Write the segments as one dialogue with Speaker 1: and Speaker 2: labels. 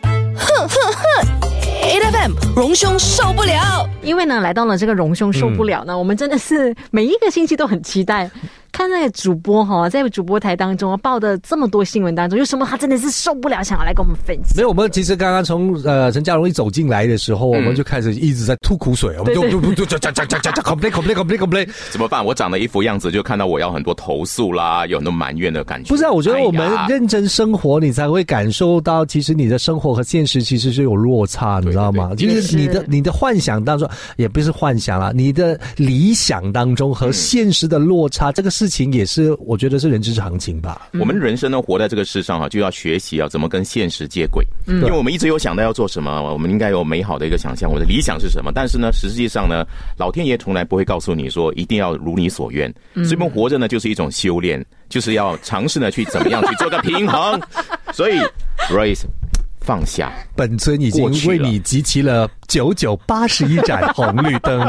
Speaker 1: 哼哼哼！A F M 荣兄受不了，
Speaker 2: 因为呢，来到了这个荣兄受不
Speaker 3: 嗯
Speaker 2: 了呢，我们真的是每一个星期都很期待看那个主播哈、在主播台当中啊报的这么多新闻当中，有什么他真的是受不了，想要来跟我们分
Speaker 4: 没
Speaker 2: 享。
Speaker 4: 有，我们其实刚刚从呃陈嘉荣一走进来的时候，我们就开始一直在吐苦水，我们就
Speaker 2: 对
Speaker 4: 就就就就就就就 complain complain complain complain。
Speaker 3: 怎么办？我长得一副样子，就看到我要很多投诉啦，有很多埋怨的感觉。
Speaker 4: 不是啊，我觉得我们
Speaker 3: 哎呀
Speaker 4: 认真生活，你才会感受到，其实你的生活和现实其实是有落差，你知道吗？
Speaker 3: 对
Speaker 4: 就
Speaker 2: 对
Speaker 4: 是你的
Speaker 2: 是
Speaker 4: 你的幻想当中，也不是幻想啦，你的理想当中和现实的落差，这个事情也是我觉得是人之常情吧。
Speaker 3: 我们人生呢，活在这个世上哈、就要学习啊，怎么跟现实接轨。
Speaker 4: 嗯
Speaker 3: 因为我们一直有想到要做什么，我们应该有美好的一个想象，我的理想是什么。但是呢，实际上呢，老天爷从来不会告诉你说一定要如你所愿。
Speaker 4: 嗯
Speaker 3: 所以我们活着呢，就是一种修炼，就是要尝试呢去怎么样去做个平 衡。所以，Race 放下。
Speaker 4: 本尊已经
Speaker 3: 过去
Speaker 4: 为
Speaker 3: 了
Speaker 4: 你集齐了九九八十一盏红绿灯，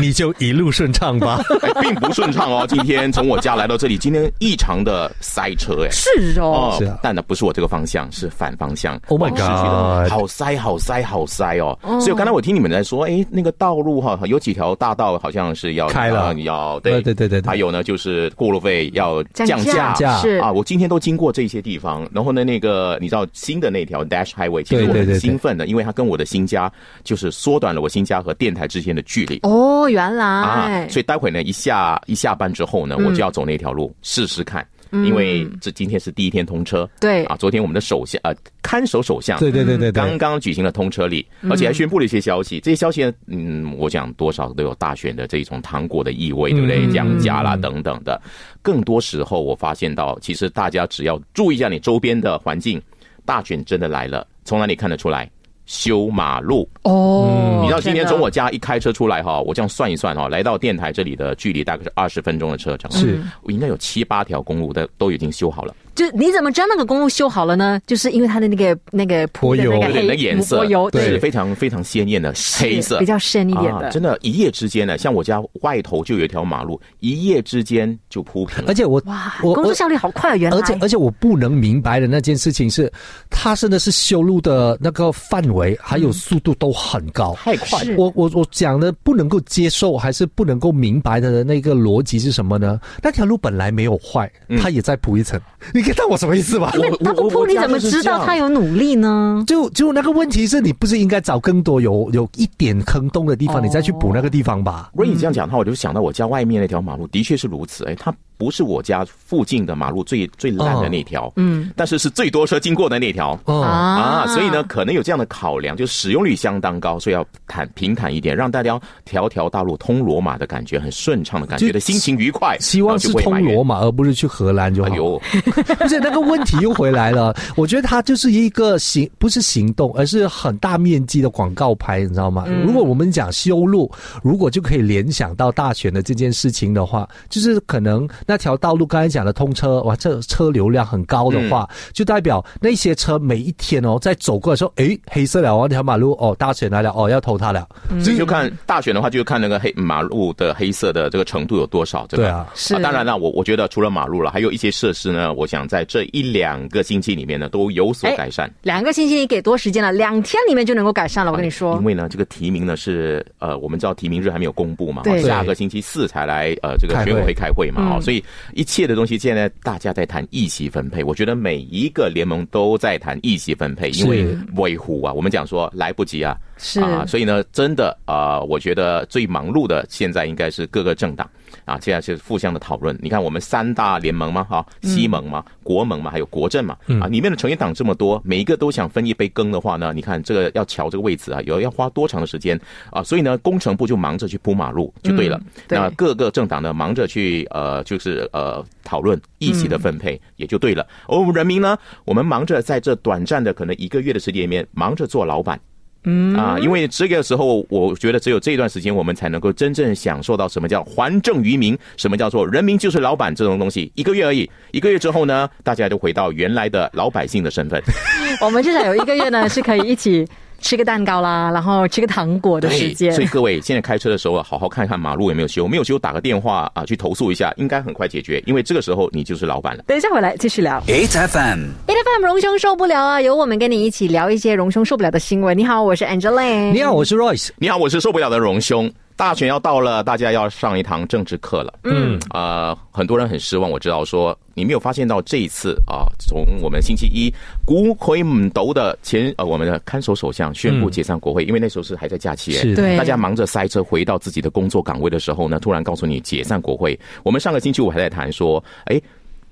Speaker 4: 你就一路顺畅吧。
Speaker 3: 哎，并不顺畅哦。今天从我家来到这里，今天异常的塞车哎。
Speaker 2: 是哦，嗯
Speaker 4: 是啊
Speaker 3: 但呢不是我这个方向，是反方向。
Speaker 4: Oh my
Speaker 3: 往市区的
Speaker 4: god
Speaker 3: 好塞，好塞，好塞哦！所以刚才我听你们在说，哎，那个道路哈，有几条大道好像是要
Speaker 4: 开了
Speaker 3: 呃要对哎
Speaker 4: 呃对对对对
Speaker 3: 还有呢，就是过路费要降
Speaker 2: 降
Speaker 3: 价
Speaker 4: 价
Speaker 2: 是
Speaker 3: 啊！我今天都经过这些地方，然后呢，那个你知道新的那条 Dash Highway，其实
Speaker 4: 对对
Speaker 3: 我
Speaker 4: 对对
Speaker 3: 很兴奋的，因为它跟我的新家就是缩短了我新家和电台之间的距离。
Speaker 2: 哦，原来、
Speaker 3: 啊，所以待会呢，一下一下班之后
Speaker 2: 嗯
Speaker 3: 呢，我就要走那条路、试试看，因为这今天是第一天通车，
Speaker 2: 对
Speaker 3: 啊，昨天我们的首相呃看守首相
Speaker 4: 对对对对对，
Speaker 3: 嗯刚刚举行了通车礼，
Speaker 4: 嗯
Speaker 3: 而且还宣布了一些消息，这些消息呢，嗯，我想多少都有大选的这种糖果的意味，对不对？
Speaker 4: 嗯
Speaker 3: 降价啦等等的，更多时候我发现到，其实大家只要注意一下你周边的环境，大选真的来了，从哪里看得出来？修马路。
Speaker 2: 哦，
Speaker 3: 嗯你知道今天从我
Speaker 2: 真
Speaker 3: 家一开车出来哈，我这样算一算哈，来到电台这里的距离大概是二十分钟的车程，
Speaker 4: 是
Speaker 3: 我应该有七八条公路的都已经修好了，
Speaker 2: 的就你怎么知道那个公路修好了呢？就是因为它的那个那个铺的那个
Speaker 4: 柏油
Speaker 3: 而且
Speaker 2: 黑
Speaker 3: 那颜色
Speaker 2: 柏油
Speaker 3: 是
Speaker 2: 对
Speaker 3: 非常非常鲜艳的黑色，
Speaker 2: 比较深一点的，
Speaker 3: 啊，真的，一夜之间呢，像我家外头就有一条马路，一夜之间就铺平了
Speaker 4: 而。且我
Speaker 2: 哇，
Speaker 4: 我
Speaker 2: 工
Speaker 4: 我
Speaker 2: 作效率好快啊！原来，
Speaker 4: 而
Speaker 3: 呃
Speaker 4: 且而且我不能明白的那件事情是，它真的是修路的那个范围还有速度都很高，
Speaker 3: 太快了
Speaker 2: 嗯是
Speaker 4: 我我我讲的不能够接受，还是不能够明白的那个逻辑是什么呢？那条路本来没有坏，
Speaker 3: 嗯
Speaker 4: 它也在铺一层， 你看到我什么意思吧？
Speaker 3: 我
Speaker 2: 他不
Speaker 3: 我
Speaker 2: 铺，
Speaker 3: 我
Speaker 2: 你
Speaker 3: 家
Speaker 2: 怎么
Speaker 3: 就是
Speaker 2: 知
Speaker 3: 这
Speaker 2: 道
Speaker 3: 样
Speaker 2: 他有努力呢？
Speaker 4: 就就那个问题是你不是应该找更多有有一点坑洞的地
Speaker 2: 哦
Speaker 4: 方，你再去补那个地方吧？
Speaker 3: 如果
Speaker 2: 嗯
Speaker 3: 你这样讲的话，我就想到我家外面那条马路的确是如此。哎，它不是我家附近的马路最最烂的那条，
Speaker 2: 嗯，
Speaker 3: 但是是最多车经过的那条。
Speaker 4: 哦，
Speaker 3: 啊，所以呢，，可能有这样的考量，就使用率相当高，所以要坦平坦一点，让大家条条大路通罗马的感觉，很顺畅的感觉，
Speaker 4: 就
Speaker 3: 的心情愉快，啊
Speaker 4: 希望是通罗
Speaker 3: 马。
Speaker 4: 马，而不是去荷兰就好。
Speaker 3: 哎呦，
Speaker 4: 不是那个问题又回来了， 我觉得它就是一个行，不是行动，而是很大面积的广告牌，你知道吗？如果我们讲修路，如果就可以联想到大选的这件事情的话，就是可能那条道路刚才讲的通车，哇，这车流量很高的话，就代表那些车每一天哦，在走过的时候，诶，黑色了哦，那条马路哦，大选来了哦，要投它了，
Speaker 3: 所以就看大选的话，就看那个黑马路的黑色的这个程度有多少，对吧？
Speaker 4: 对啊
Speaker 2: 是
Speaker 3: 当然了，我我觉得除了马路了，还有一些设施呢，我想在这一两个星期里面呢都有所改善。
Speaker 2: 两个星期你给多时间了，两天里面就能够改善了。我跟你说
Speaker 3: 因，为呢，这个提名呢是呃，我们知道提名日还没有公布嘛，
Speaker 2: 对
Speaker 3: 下个星期四才来呃这个
Speaker 4: 开会
Speaker 3: 选委会开会嘛，
Speaker 2: 嗯
Speaker 3: 哦，所以一切的东西现在大家在谈议席分配，我觉得每一个联盟都在谈议席分配，因为
Speaker 4: 是
Speaker 3: 维护啊，我们讲说来不及啊，
Speaker 2: 是
Speaker 3: 啊，所以呢，真的啊、呃我觉得最忙碌的现在应该是各个政党啊，现在是互相的讨论。你看我们三大联盟嘛，哈、
Speaker 2: 嗯
Speaker 3: 西盟嘛、国盟嘛，还有国政嘛，啊，里面的成员党这么多，每一个都想分一杯羹的话呢，你看这个要瞧这个位置啊，有要花多长的时间啊？所以呢，工程部就忙着去铺马路就对了。
Speaker 2: 嗯对
Speaker 3: 那各个政党呢，忙着去呃，就是呃讨论议席的分配、
Speaker 2: 嗯
Speaker 3: 也就对了。而我们人民呢，我们忙着在这短暂的可能一个月的时间里面，忙着做老板。啊，因为这个时候，我觉得只有这段时间，我们才能够真正享受到什么叫还政于民，什么叫做人民就是老板这种东西。一个月而已，一个月之后呢，大家就回到原来的老百姓的身份。
Speaker 2: 我们至少有一个月呢是可以一起吃个蛋糕啦，然后吃个糖果的时间
Speaker 3: 所以。各位现在开车的时候啊，好好看看马路有没有修，没有修打个电话啊去投诉一下，应该很快解决，因为这个时候你就是老板了。
Speaker 2: 等一下回来继续聊。
Speaker 5: 8FM.
Speaker 2: A F M 荣兄受不了啊，由我们跟你一起聊一些荣兄受不了的新闻。你好，我是 Angeline。
Speaker 4: 你好，我是 Royce。
Speaker 3: 你好，我是受不了的荣兄。大选要到了，大家要上一堂政治课了。嗯，呃，很多人很失望，我知道说你没有发现到这一次啊，从我们星期一古魁姆斗的前呃我们的看守首相宣布解散国会，因为那时候是还在假期，
Speaker 4: 是
Speaker 2: 对
Speaker 3: 大家忙着塞车回到自己的工作岗位的时候呢，突然告诉你解散国会。我们上个星期五还在谈说，哎，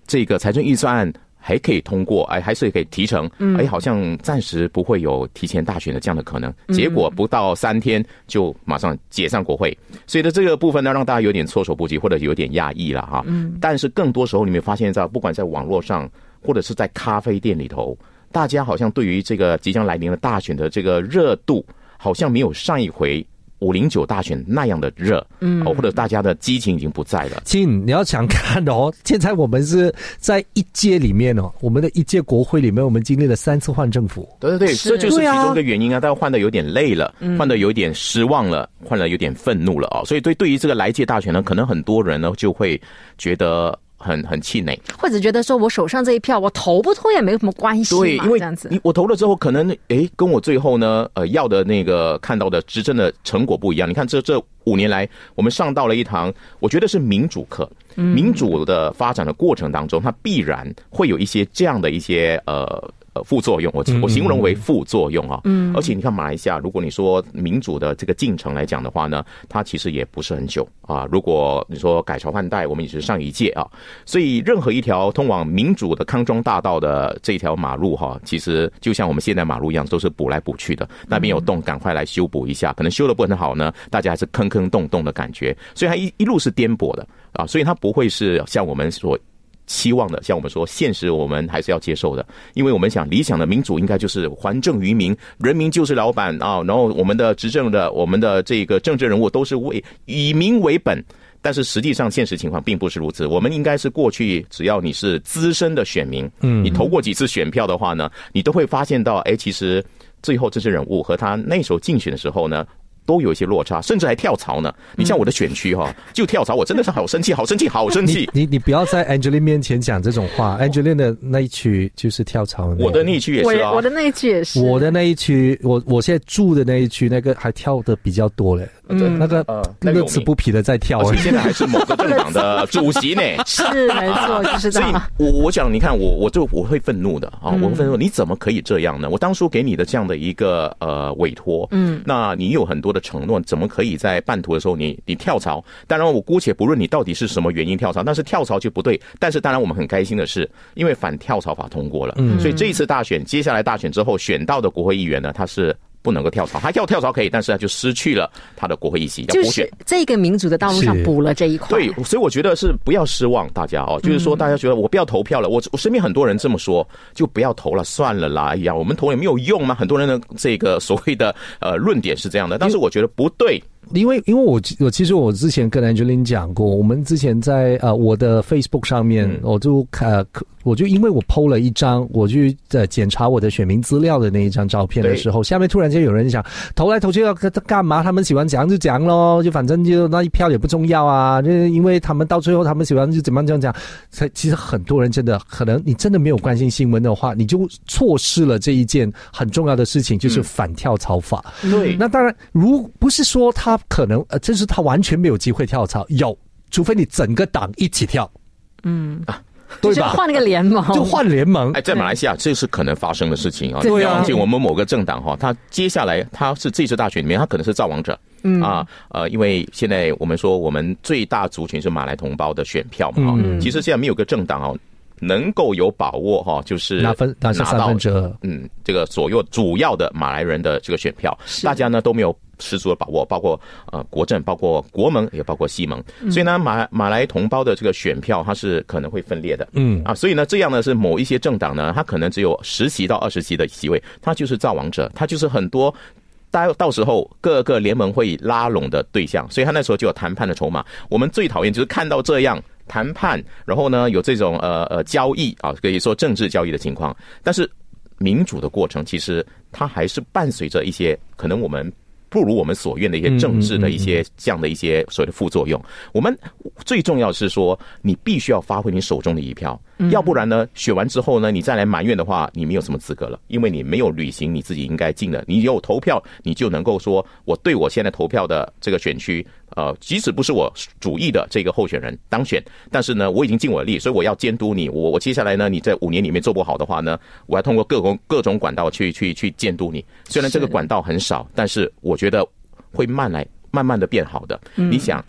Speaker 3: 这个财政预算案。还可以通过，哎，还是可以提成，哎，好像暂时不会有提前大选的这样的可能。结果不到三天就马上解散国会，所以呢，这个部分呢，让大家有点措手不及，或者有点压抑了哈。但是更多时候，你们发现在不管在网络上，或者是在咖啡店里头，大家好像对于这个即将来临的大选的这个热度，好像没有上一回五零九大选那样的热，嗯，或者大家的激情已经不在了。
Speaker 4: 亲，你要想看哦，现在我们是在一届里面哦，我们的一届国会里面，我们经历了三次换政府。
Speaker 3: 对对对，
Speaker 2: 是
Speaker 3: 这就是
Speaker 4: 对
Speaker 3: 其
Speaker 4: 啊
Speaker 3: 中一个原因啊。嗯大家换的有点累了，换的有点失望了，换的有点愤怒了哦。所以对对于这个来届大选呢，可能很多人呢就会觉得很很气馁。
Speaker 2: 或者觉得说我手上这一票，我投不投也没有什么关系嘛，
Speaker 3: 对，因为
Speaker 2: 这样子
Speaker 3: 你我投了之后，可能诶跟我最后呢呃要的那个看到的执政的成果不一样。你看这这五年来，我们上到了一堂，我觉得是民主课。
Speaker 2: 嗯
Speaker 3: 民主的发展的过程当中，它必然会有一些这样的一些呃。呃，副作用，
Speaker 2: 嗯
Speaker 3: 我我形容为副作用啊。嗯，而且你看马来西亚，如果你说民主的这个进程来讲的话呢，它其实也不是很久啊。如果你说改朝换代，我们也是上一届啊，所以任何一条通往民主的康庄大道的这条马路哈，其实就像我们现在马路一样，都是补来补去的。那边有洞，赶快来修补一下，可能修的不很好呢，大家还是坑坑洞洞的感觉，所以它一一路是颠簸的啊，所以它不会是像我们所。期望的，像我们说，现实我们还是要接受的，因为我们想理想的民主应该就是还政于民，人民就是老板啊，然后我们的执政的，我们的这个政治人物都是为以民为本。但是实际上，现实情况并不是如此。我们应该是过去，只要你是资深的选民，嗯，你投过几次选票的话呢，你都会发现到，哎，其实最后这些人物和他那时候竞选的时候呢，都有一些落差，甚至还跳槽呢。你像我的选区哈、就跳槽，我真的是好生气，好生气，好生气
Speaker 4: 你。你你不要在 Angeline 面前讲这种话，Angeline 的那一区就是跳槽那样
Speaker 3: 我的那区也
Speaker 2: 我
Speaker 3: 是
Speaker 2: 也
Speaker 3: 啊，
Speaker 2: 我的那一句也是，
Speaker 4: 我的那一区，我我现在住的那一区，那个还跳的比较多嘞，那个
Speaker 3: 呃那个有
Speaker 4: 乐此不疲的在跳
Speaker 3: 而
Speaker 4: 啊
Speaker 3: 且。现在还是某个政党 的主席呢。
Speaker 2: 是没错，就是嗯这
Speaker 3: 所以
Speaker 2: 样。
Speaker 3: 我，我想，你看，我我就我会愤怒的啊，我会愤怒，你怎么可以这样呢？我当初给你的这样的一个呃委托，嗯，那你有很多的承诺，怎么可以在半途的时候你你跳槽？当然，我姑且不论你到底是什么原因跳槽，但是跳槽就不对。但是，当然我们很开心的是，因为反跳槽法通过了，嗯，所以这一次大选，接下来大选之后选到的国会议员呢，他是。不能够跳槽，他要跳槽可以，但是他就失去了他的国会议席，要
Speaker 2: 就
Speaker 3: 补选
Speaker 2: 是。这个民主的道路上
Speaker 4: 是
Speaker 2: 补了这一块，
Speaker 3: 对，所以我觉得是不要失望大家哦，就是
Speaker 4: 嗯
Speaker 3: 说大家觉得我不要投票了，我我身边很多人这么说，就不要投了，算了啦，哎呀，我们投也没有用嘛，很多人的这个所谓的呃论点是这样的，但是我觉得不对，
Speaker 4: 因为因为我我其实我之前跟 Angeline 讲过，我们之前在呃我的 Facebook 上面，我就呃可我就因为我 PO 了一张我去呃检查我的选民资料的那一张照片的时候，下面突然间有人讲投来投去要干干嘛？他们喜欢讲就讲咯，就反正就那一票也不重要啊，就是因为他们到最后他们喜欢就怎么样这样讲。才其实很多人真的可能你真的没有关心新闻的话，你就错失了这一件很重要的事情，就是反跳槽法。
Speaker 3: 对
Speaker 4: 嗯那当然，如不是说他可能，呃，就是他完全没有机会跳槽，有，除非你整个党一起跳，嗯，对
Speaker 2: 就
Speaker 4: 吧？
Speaker 2: 换了个联盟，
Speaker 4: 就换联盟
Speaker 3: 哎，，在马来西亚这是可能发生的事情啊。
Speaker 2: 对
Speaker 3: 你不要
Speaker 2: 啊
Speaker 3: 忘记我们某个政党哈，他接下来他是这次大选里面，他可能是造王者。嗯啊，呃，因为现在我们说我们最大族群是马来同胞的选票嘛，哈、
Speaker 4: 嗯
Speaker 3: 其实现在没有个政党哦能够有把握哈、就是
Speaker 4: 拿分拿下
Speaker 3: 拿
Speaker 4: 三
Speaker 3: 到
Speaker 4: 分之二。
Speaker 3: 嗯，这个左右主要的马来人的这个选票，大家呢都没有十足的把握，包括呃国政，包括国盟，也包括西盟，所以呢，马马来同胞的这个选票，它是可能会分裂的，
Speaker 4: 嗯
Speaker 3: 啊，所以呢，这样呢是某一些政党呢，它可能只有十席到二十席的席位，它就是造王者，它就是很多到到时候各个联盟会拉拢的对象，所以他那时候就有谈判的筹码。我们最讨厌就是看到这样谈判，然后呢有这种呃呃交易啊，可以说政治交易的情况，但是。民主的过程，其实它还是伴随着一些可能我们。不如我们所愿的一些政治的一些这样的一些所谓的副作用。我们最重要是说，你必须要发挥你手中的一票，要不然呢，选完之后呢，你再来埋怨的话，你没有什么资格了，因为你没有履行你自己应该尽的。你有投票，你就能够说，我对我现在投票的这个选区，呃，即使不是我主意的这个候选人当选，但是呢，我已经尽我的力，所以我要监督你。我我接下来呢，你在五年里面做不好的话呢，我要通过各种各种管道去去去监督你。虽然这个
Speaker 2: 是
Speaker 3: 管道很少，但是我觉得会慢来，慢慢的变好的。
Speaker 2: 嗯
Speaker 3: 你想，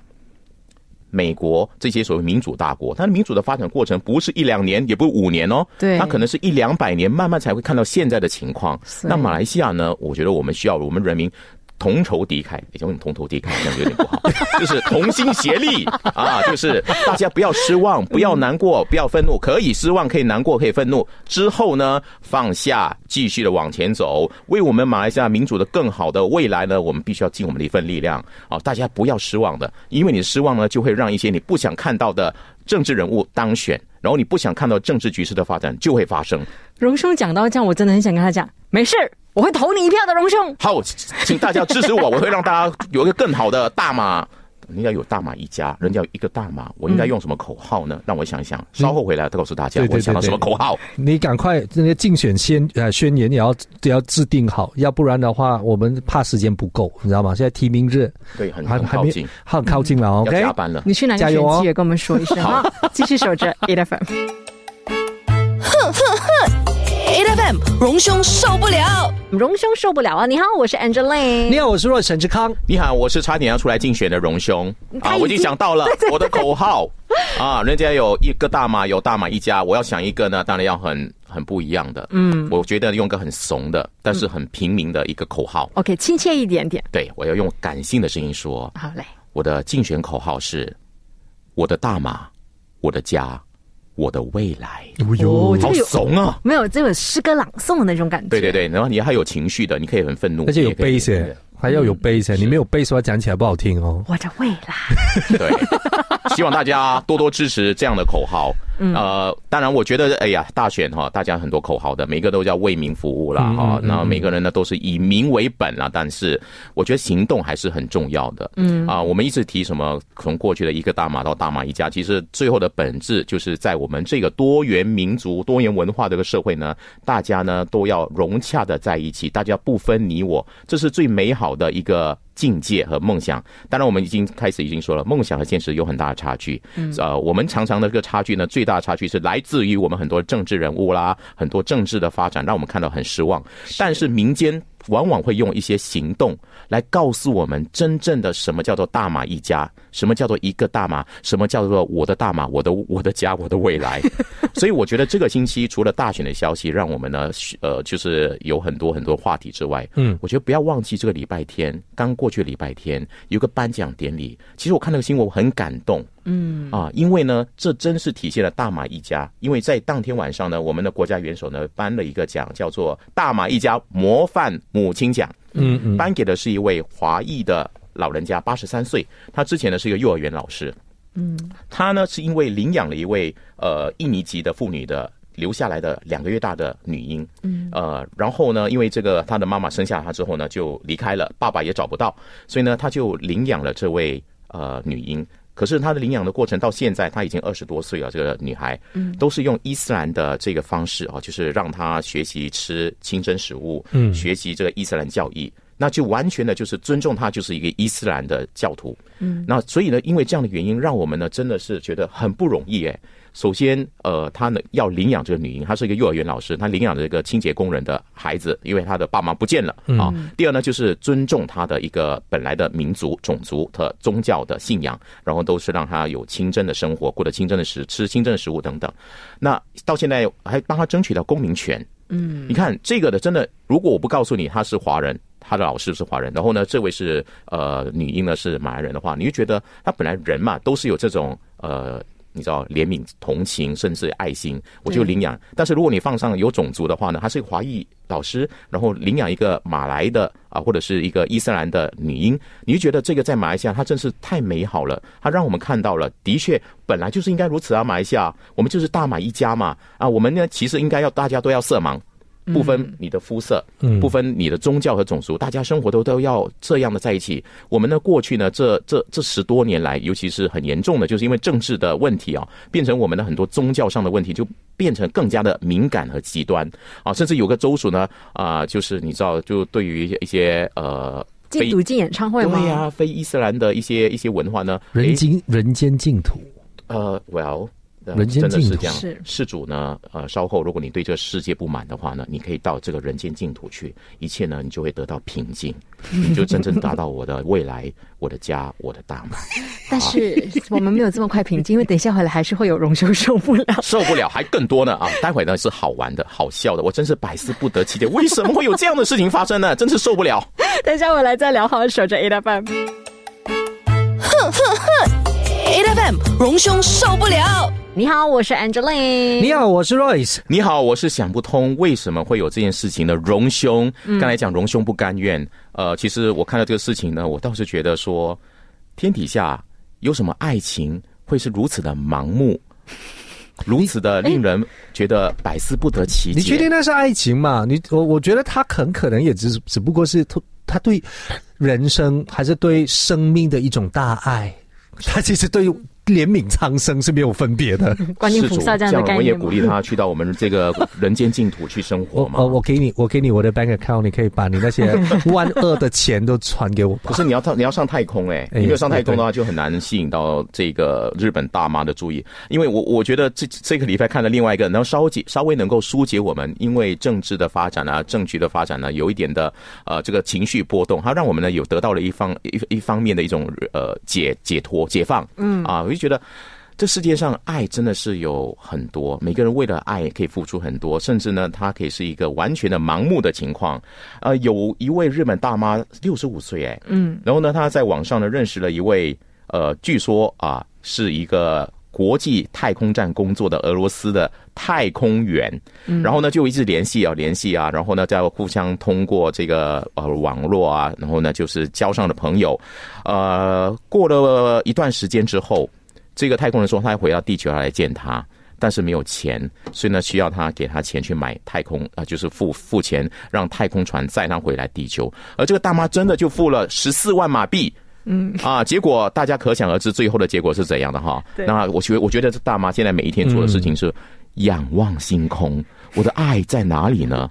Speaker 3: 美国这些所谓民主大国，它的民主的发展过程不是一两年，也不是五年哦，
Speaker 2: 对
Speaker 3: 它可能是一两百年，慢慢才会看到现在的情况。
Speaker 2: 是
Speaker 3: 那马来西亚呢？我觉得我们需要我们人民。同仇敌忾，也用同仇敌忾这样有点不好，就是同心协力啊，就是大家不要失望，不要难过，不要愤怒，可以失望，可以难过，可以愤怒，之后呢放下，继续的往前走，为我们马来西亚民主的更好的未来呢，我们必须要尽我们的一份力量啊！大家不要失望的，因为你失望呢，就会让一些你不想看到的政治人物当选，然后你不想看到政治局势的发展就会发生。
Speaker 2: 荣兄讲到这样，我真的很想跟他讲，没事儿，我会投你一票的，荣兄。
Speaker 3: 好，请大家支持 我，我会让大家有一个更好的大马。人家有大马一家，人家有一个大马，我应该用什么口号呢？让我想一想，稍后回来再告诉大家
Speaker 4: 嗯对对对
Speaker 3: 我想到什么口号。
Speaker 4: 你赶快那个竞选宣呃宣言也要也要制定好，要不然的话我们怕时间不够，你知道吗？现在提名日
Speaker 3: 对，很
Speaker 4: 还
Speaker 3: 很
Speaker 4: 还
Speaker 3: 靠
Speaker 4: 没
Speaker 3: 近，嗯
Speaker 4: 很靠近了
Speaker 3: 要
Speaker 4: ，OK？
Speaker 3: 加班了。
Speaker 2: 你去哪个
Speaker 4: 加
Speaker 2: 选
Speaker 4: 油哦
Speaker 2: 区也跟我们说一 声啊！继续守着 e l e p h a n
Speaker 1: ，A F M 荣兄受不了。
Speaker 2: 荣兄受不了啊！你好，我是 Angeline。
Speaker 4: 你好，我是若沈志康。
Speaker 3: 你好，我是差点要出来竞选的荣兄
Speaker 2: 他已
Speaker 3: 啊，
Speaker 2: 经
Speaker 3: 我已经想到了 我的口号啊，人家有一个大马，有大马一家，我要想一个呢，当然要很很不一样的。嗯，我觉得用个很怂的，但是很平民的一个口号。
Speaker 2: OK，亲切一点点。
Speaker 3: 对我要用感性的声音说，
Speaker 2: 好嘞，
Speaker 3: 我的竞选口号是：我的大马，我的家，我的未来。
Speaker 2: 哦这
Speaker 3: 好
Speaker 2: 个有
Speaker 3: 怂啊！
Speaker 2: 没有这种诗歌朗诵的那种感觉。
Speaker 3: 对对对，然后你还有情绪的，你可以很愤怒，
Speaker 4: 而且有
Speaker 3: 你也可以
Speaker 4: bass，耶还要
Speaker 3: 嗯
Speaker 4: 有 bass，耶你欸没有 bass 的话讲起来不好听哦。
Speaker 2: 我的未来。
Speaker 3: 对，希望大家多多支持这样的口号。呃，当然，我觉得，哎呀，大选哈，大家很多口号的，每个都叫为民服务啦，哈、那每个人呢都是以民为本啦，但是我觉得行动还是很重要的。嗯啊，我们一直提什么，从过去的一个大马到大马一家，其实最后的本质就是在我们这个多元民族、多元文化这个社会呢，大家呢都要融洽的在一起，大家不分你我，这是最美好的一个境界和梦想。当然，我们已经开始已经说了，梦想和现实有很大的差距。呃，我们常常的这个差距呢，最大的差距是来自于我们很多政治人物啦，很多政治的发展，让我们看到很失望。但是民间往往会用一些行动来告诉我们，真正的什么叫做大马一家，什么叫做一个大马，什么叫做我的大马，我的我的家，我的未来。所以我觉得这个星期除了大选的消息，让我们呢，呃，就是有很多很多话题之外，嗯，我觉得不要忘记这个礼拜天，刚过去礼拜天有个颁奖典礼，其实我看那个新闻我很感动，嗯啊，因为呢，这真是体现了大马一家，因为在当天晚上呢，我们的国家元首呢颁了一个奖，叫做大马一家模范母亲奖，
Speaker 4: 嗯嗯，
Speaker 3: 颁给的是一位华裔的老人家，八十三岁，他之前呢是一个幼儿园老师，他呢是因为领养了一位呃印尼籍的妇女的留下来的两个月大的女婴，嗯，呃，然后呢，因为这个他的妈妈生下她之后呢，就离开了，爸爸也找不到，所以呢，他就领养了这位呃女婴。可是他的领养的过程到现在，她已经二十多岁了，这个女孩，嗯，都是用伊斯兰的这个方式啊，就是让她学习吃清真食物，嗯，学习这个伊斯兰教义，那就完全的就是尊重她，就是一个伊斯兰的教徒，那所以呢，因为这样的原因，让我们呢真的是觉得很不容易哎。首先，呃，他呢要领养这个女婴，她是一个幼儿园老师，她领养了一个清洁工人的孩子，因为她的爸妈不见了啊。第二呢，就是尊重她的一个本来的民族、种族和宗教的信仰，然后都是让她有清真的生活，过得清真的食，吃清真的食物等等。那到现在还帮她争取到公民权，你看这个的，真的，如果我不告诉你他是华人，他的老师是华人，然后呢，这位是呃女婴呢是马来人的话，你就觉得他本来人嘛都是有这种呃。你知道怜悯、同情，甚至爱心，我就领养。但是如果你放上有种族的话呢，他是一个华裔老师，然后领养一个马来的啊，或者是一个伊斯兰的女婴，你就觉得这个在马来西亚，它真是太美好了。它让我们看到了，的确本来就是应该如此啊，马来西亚，我们就是大马一家嘛啊，我们呢其实应该要大家都要色盲，不分你的肤色，
Speaker 4: 嗯
Speaker 3: 不分你的宗教和种族，大家生活都都要这样的在一起。我们呢，过去呢，这这这十多年来，尤其是很严重的，就是因为政治的问题啊，变成我们的很多宗教上的问题，就变成更加的敏感和极端啊，甚至有个州属呢，啊、就是你知道，就对于一些呃。
Speaker 2: 禁
Speaker 3: 非
Speaker 2: 赌禁演唱会吗？
Speaker 3: 对呀、非伊斯兰的一些一些文化呢，诶
Speaker 4: 人间人间净土，
Speaker 3: 呃，Well，呃
Speaker 4: 人间
Speaker 3: 真的
Speaker 4: 净
Speaker 3: 是
Speaker 4: 土
Speaker 3: 这样。
Speaker 2: 是
Speaker 3: 事主呢，呃，稍后如果你对这个世界不满的话呢，你可以到这个人间净土去，一切呢，你就会得到平静，你就真正达到我的未来、我的家、我的大门。
Speaker 2: 但是我们没有这么快平静，因为等一下回来还是会有荣兄受不 了。
Speaker 3: 受不了，还更多呢啊！待会呢是好玩的、好笑的，我真是百思不得其解，为什么会有这样的事情发生呢？真是受不了。
Speaker 2: 等一下回来再聊，好好守着 A F M。
Speaker 1: A F M 荣兄受不了
Speaker 2: 你好，我是 Angeline。
Speaker 4: 你好，我是 Royce。
Speaker 3: 你好，我是想不通为什么会有这件事情的荣兄。
Speaker 2: 嗯
Speaker 3: 刚才讲荣兄不甘愿，呃，其实我看到这个事情呢，我倒是觉得说，天底下有什么爱情会是如此的盲 目，如此的令人觉得百思不得其解？
Speaker 4: 你确定那是爱情吗？你我我觉得他很可能也只只不过是他他对人生还是对生命的一种大爱，他其实对怜悯苍生是没有分别的。
Speaker 2: 观音菩萨这样的概
Speaker 3: 我也
Speaker 2: 念吗
Speaker 3: 鼓励他去到我们这个人间净土去生 活
Speaker 4: 我
Speaker 3: 嘛。
Speaker 4: 呃，我给你，我给你我的 bank account，你可以把你那些万恶的钱都传给我吧
Speaker 3: 不。是你要上你要上太空哎、
Speaker 4: 哎
Speaker 3: 你没有上太空的
Speaker 4: 对。
Speaker 3: 话，就很难吸引到这个日本大妈的注意。因为我我觉得这这个礼拜看了另外一个，能稍解稍微能够疏解我们因为政治的发展啊、政局的发展呢、有一点的呃这个情绪波动，它让我们呢有得到了一方一一方面的一种呃解解脱解放。嗯啊，我就觉得。这世界上爱真的是有很多，每个人为了爱可以付出很多，甚至呢，他可以是一个完全的盲目的情况。呃，有一位日本大妈六十五岁，哎，嗯，然后呢，她在网上呢认识了一位，呃，据说啊、是一个国际太空站工作的俄罗斯的太空员，然后呢就一直联系啊联系啊，然后呢再互相通过这个呃网络啊，然后呢就是交上了朋友，呃，过了一段时间之后，这个太空人说他要回到地球来见他。但是没有钱，所以呢，需要他给他钱去买太空啊、就是付付钱让太空船载他回来地球。而这个大妈真的就付了十四万马币，嗯啊，结果大家可想而知，最后的结果是怎样的哈？
Speaker 2: 对
Speaker 3: 那我觉我觉得这大妈现在每一天做的事情是仰望星空，我的爱在哪里 呢？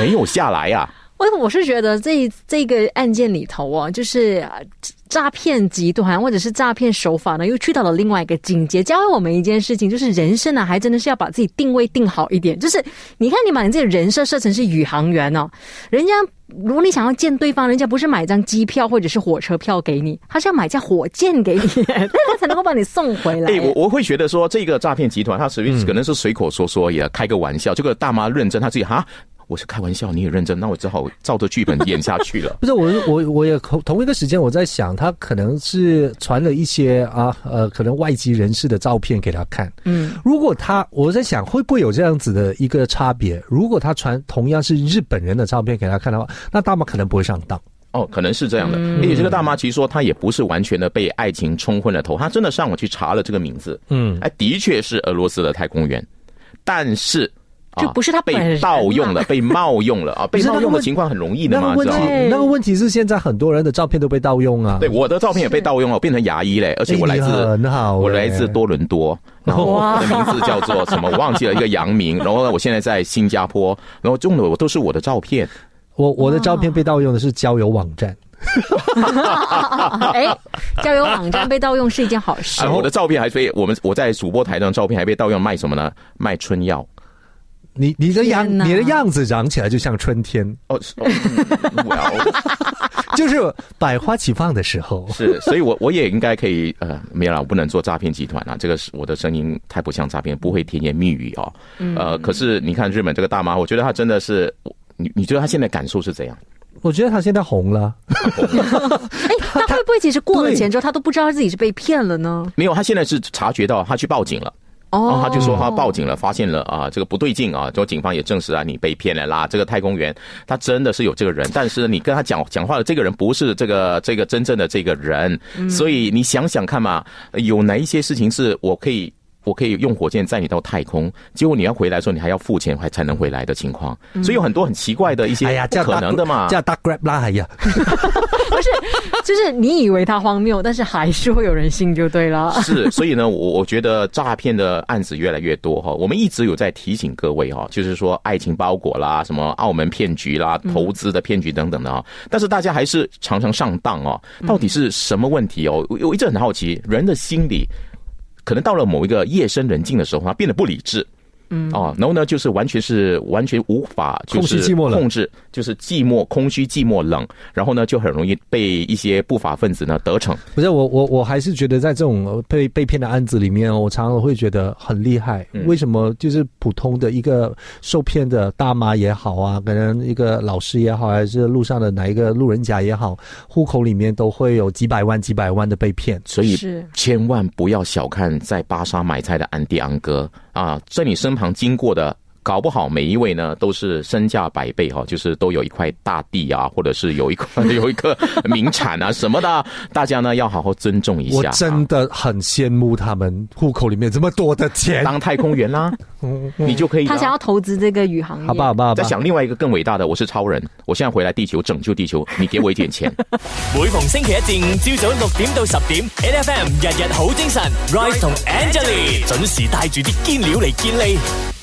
Speaker 3: 没有下来啊呀、
Speaker 2: 我我是觉得这这个案件里头哦，就是呃诈骗集团或者是诈骗手法呢，又去到了另外一个境界，教会我们一件事情，就是人生啊呢，还真的是要把自己定位定好一点。就是你看，你把你自己的人设设成是宇航员哦，人家如果你想要见对方，人家不是买张机票或者是火车票给你， 他是要买架火箭给你，他才能够把你送回来。
Speaker 3: 哎、我我会觉得说，这个诈骗集团他随便可能是随口说说，也开个玩笑。这个大妈认真，她自己哈，我是开玩笑，你也认真，那我只好照着剧本演下去了
Speaker 4: 不是我，我我也同同一个时间，我在想，他可能是传了一些啊，呃，可能外籍人士的照片给他看。嗯，如果他，我在想，会不会有这样子的一个差别？如果他传同样是日本人的照片给他看的话，那大妈可能不会上当。
Speaker 3: 哦，可能是这样的。而且这个大妈其实说，她也不是完全的被爱情冲昏了头，她真的上网去查了这个名字，
Speaker 4: 嗯，
Speaker 3: 哎，的确是俄罗斯的太空员，但是。啊
Speaker 2: 就不是她本人
Speaker 3: 被盗用了，被冒用了啊！
Speaker 4: 不
Speaker 3: 被
Speaker 4: 是那
Speaker 3: 冒
Speaker 4: 个
Speaker 3: 用的
Speaker 4: 问
Speaker 3: 情况很容易的
Speaker 4: 那
Speaker 3: 嘛，
Speaker 4: 个问
Speaker 3: 知
Speaker 4: 题
Speaker 3: 道吗？，
Speaker 4: 那个问题是现在很多人的照片都被盗用啊。
Speaker 3: 对，，我的照片也被盗用了，我变成牙医嘞，而且我来自
Speaker 4: 哎你很好欸
Speaker 3: 我来自多伦多，然后我的名字叫做什么，我忘记了一个洋名，然后呢，我现在在新加坡，然后用的我都是我的照片，啊
Speaker 4: 我我的照片被盗用的是交友网站。
Speaker 2: 哎，交友网站被盗用是一哦件好事
Speaker 3: 啊，。我的照片还被我们我在主播台上的照片还被盗用，卖什么呢？卖春药。
Speaker 4: 你你的样
Speaker 2: 天哪
Speaker 4: 你的样子长起来就像春天，
Speaker 3: 哦，是哦嗯哇哦
Speaker 4: 就是百花齐放的时候。
Speaker 3: 是，所以我我也应该可以，呃，没有啦，我不能做诈骗集团啊，这个是我的声音太不像诈骗，不会甜言蜜语哦。呃，可是你看日本这个大妈，我觉得她真的是，你你觉得她现在感受是怎样？
Speaker 4: 我觉得他现在红了。
Speaker 2: 哎，那会不会其实过了钱之后，他都不知道自己是被骗了呢？
Speaker 3: 没有，他现在是察觉到，他去报警了。然
Speaker 2: 哦
Speaker 3: 后，他就说他报警了，发现了啊，这个不对劲啊，之后警方也证实啊，你被骗了啦。这个太空员他真的是有这个人，但是你跟他讲讲话的这个人不是这个这
Speaker 4: 嗯
Speaker 3: 个真正的这个人，所以你想想看嘛，有哪一些事情是我可以我可以用火箭载你到太空，结果你要回来的时候，你还要付钱还才能回来的情况，所以有很多很奇怪的一些
Speaker 4: 哎呀，
Speaker 3: 不
Speaker 4: 叫
Speaker 3: 可能的嘛。
Speaker 4: 叫大 grab 啦，哎呀，
Speaker 2: 不是，就是你以为它荒谬，但是还是会有人信就对了。
Speaker 3: 是，所以呢，我我觉得诈骗的案子越来越多哈。我们一直有在提醒各位哈，就是说爱情包裹啦，什么澳门骗局啦，投资的骗局等等的哈。但是大家还是常常上当哦。到底是什么问题哦？我我一直很好奇，人的心理可能到了某一个夜深人静的时候，他变得不理智。嗯哦，然后呢，就是完全是完全无法就
Speaker 4: 控制
Speaker 3: 是
Speaker 4: 寂寞冷
Speaker 3: 控制，就是寂寞、空虚、寂寞、冷，然后呢，就很容易被一些不法分子呢得逞。
Speaker 4: 不是我我我还是觉得在这种呃被被骗的案子里面哦，我常常会觉得很厉害。
Speaker 3: 嗯
Speaker 4: 为什么？就是普通的一个受骗的大妈也好啊，可能一个老师也好，还是路上的哪一个路人甲也好，户口里面都会有几百万、几百万的被骗。
Speaker 3: 所以
Speaker 2: 是
Speaker 3: 千万不要小看在巴沙买菜的安迪安哥啊，在你身旁经过的。搞不好每一位呢都是身价百倍哈、就是都有一块大地啊，或者是有一块 有一个名产啊什么的啊，大家呢要好好尊重一
Speaker 4: 我
Speaker 3: 下、啊。
Speaker 4: 真的很羡慕他们户口里面这么多的钱。
Speaker 3: 当太空 员啦，你就可以、啊。
Speaker 2: 他想要投资这个宇航业，
Speaker 4: 好吧，好吧，好
Speaker 3: 在
Speaker 4: 吧。
Speaker 3: 想另外一个更伟大的，我是超人，我现在回来地球拯救地球，你给我一点钱。
Speaker 5: 每逢星期一至五朝早六點到十點，N F M 日日好精神，Rise 同 Angelie 準時帶住啲堅料嚟健利。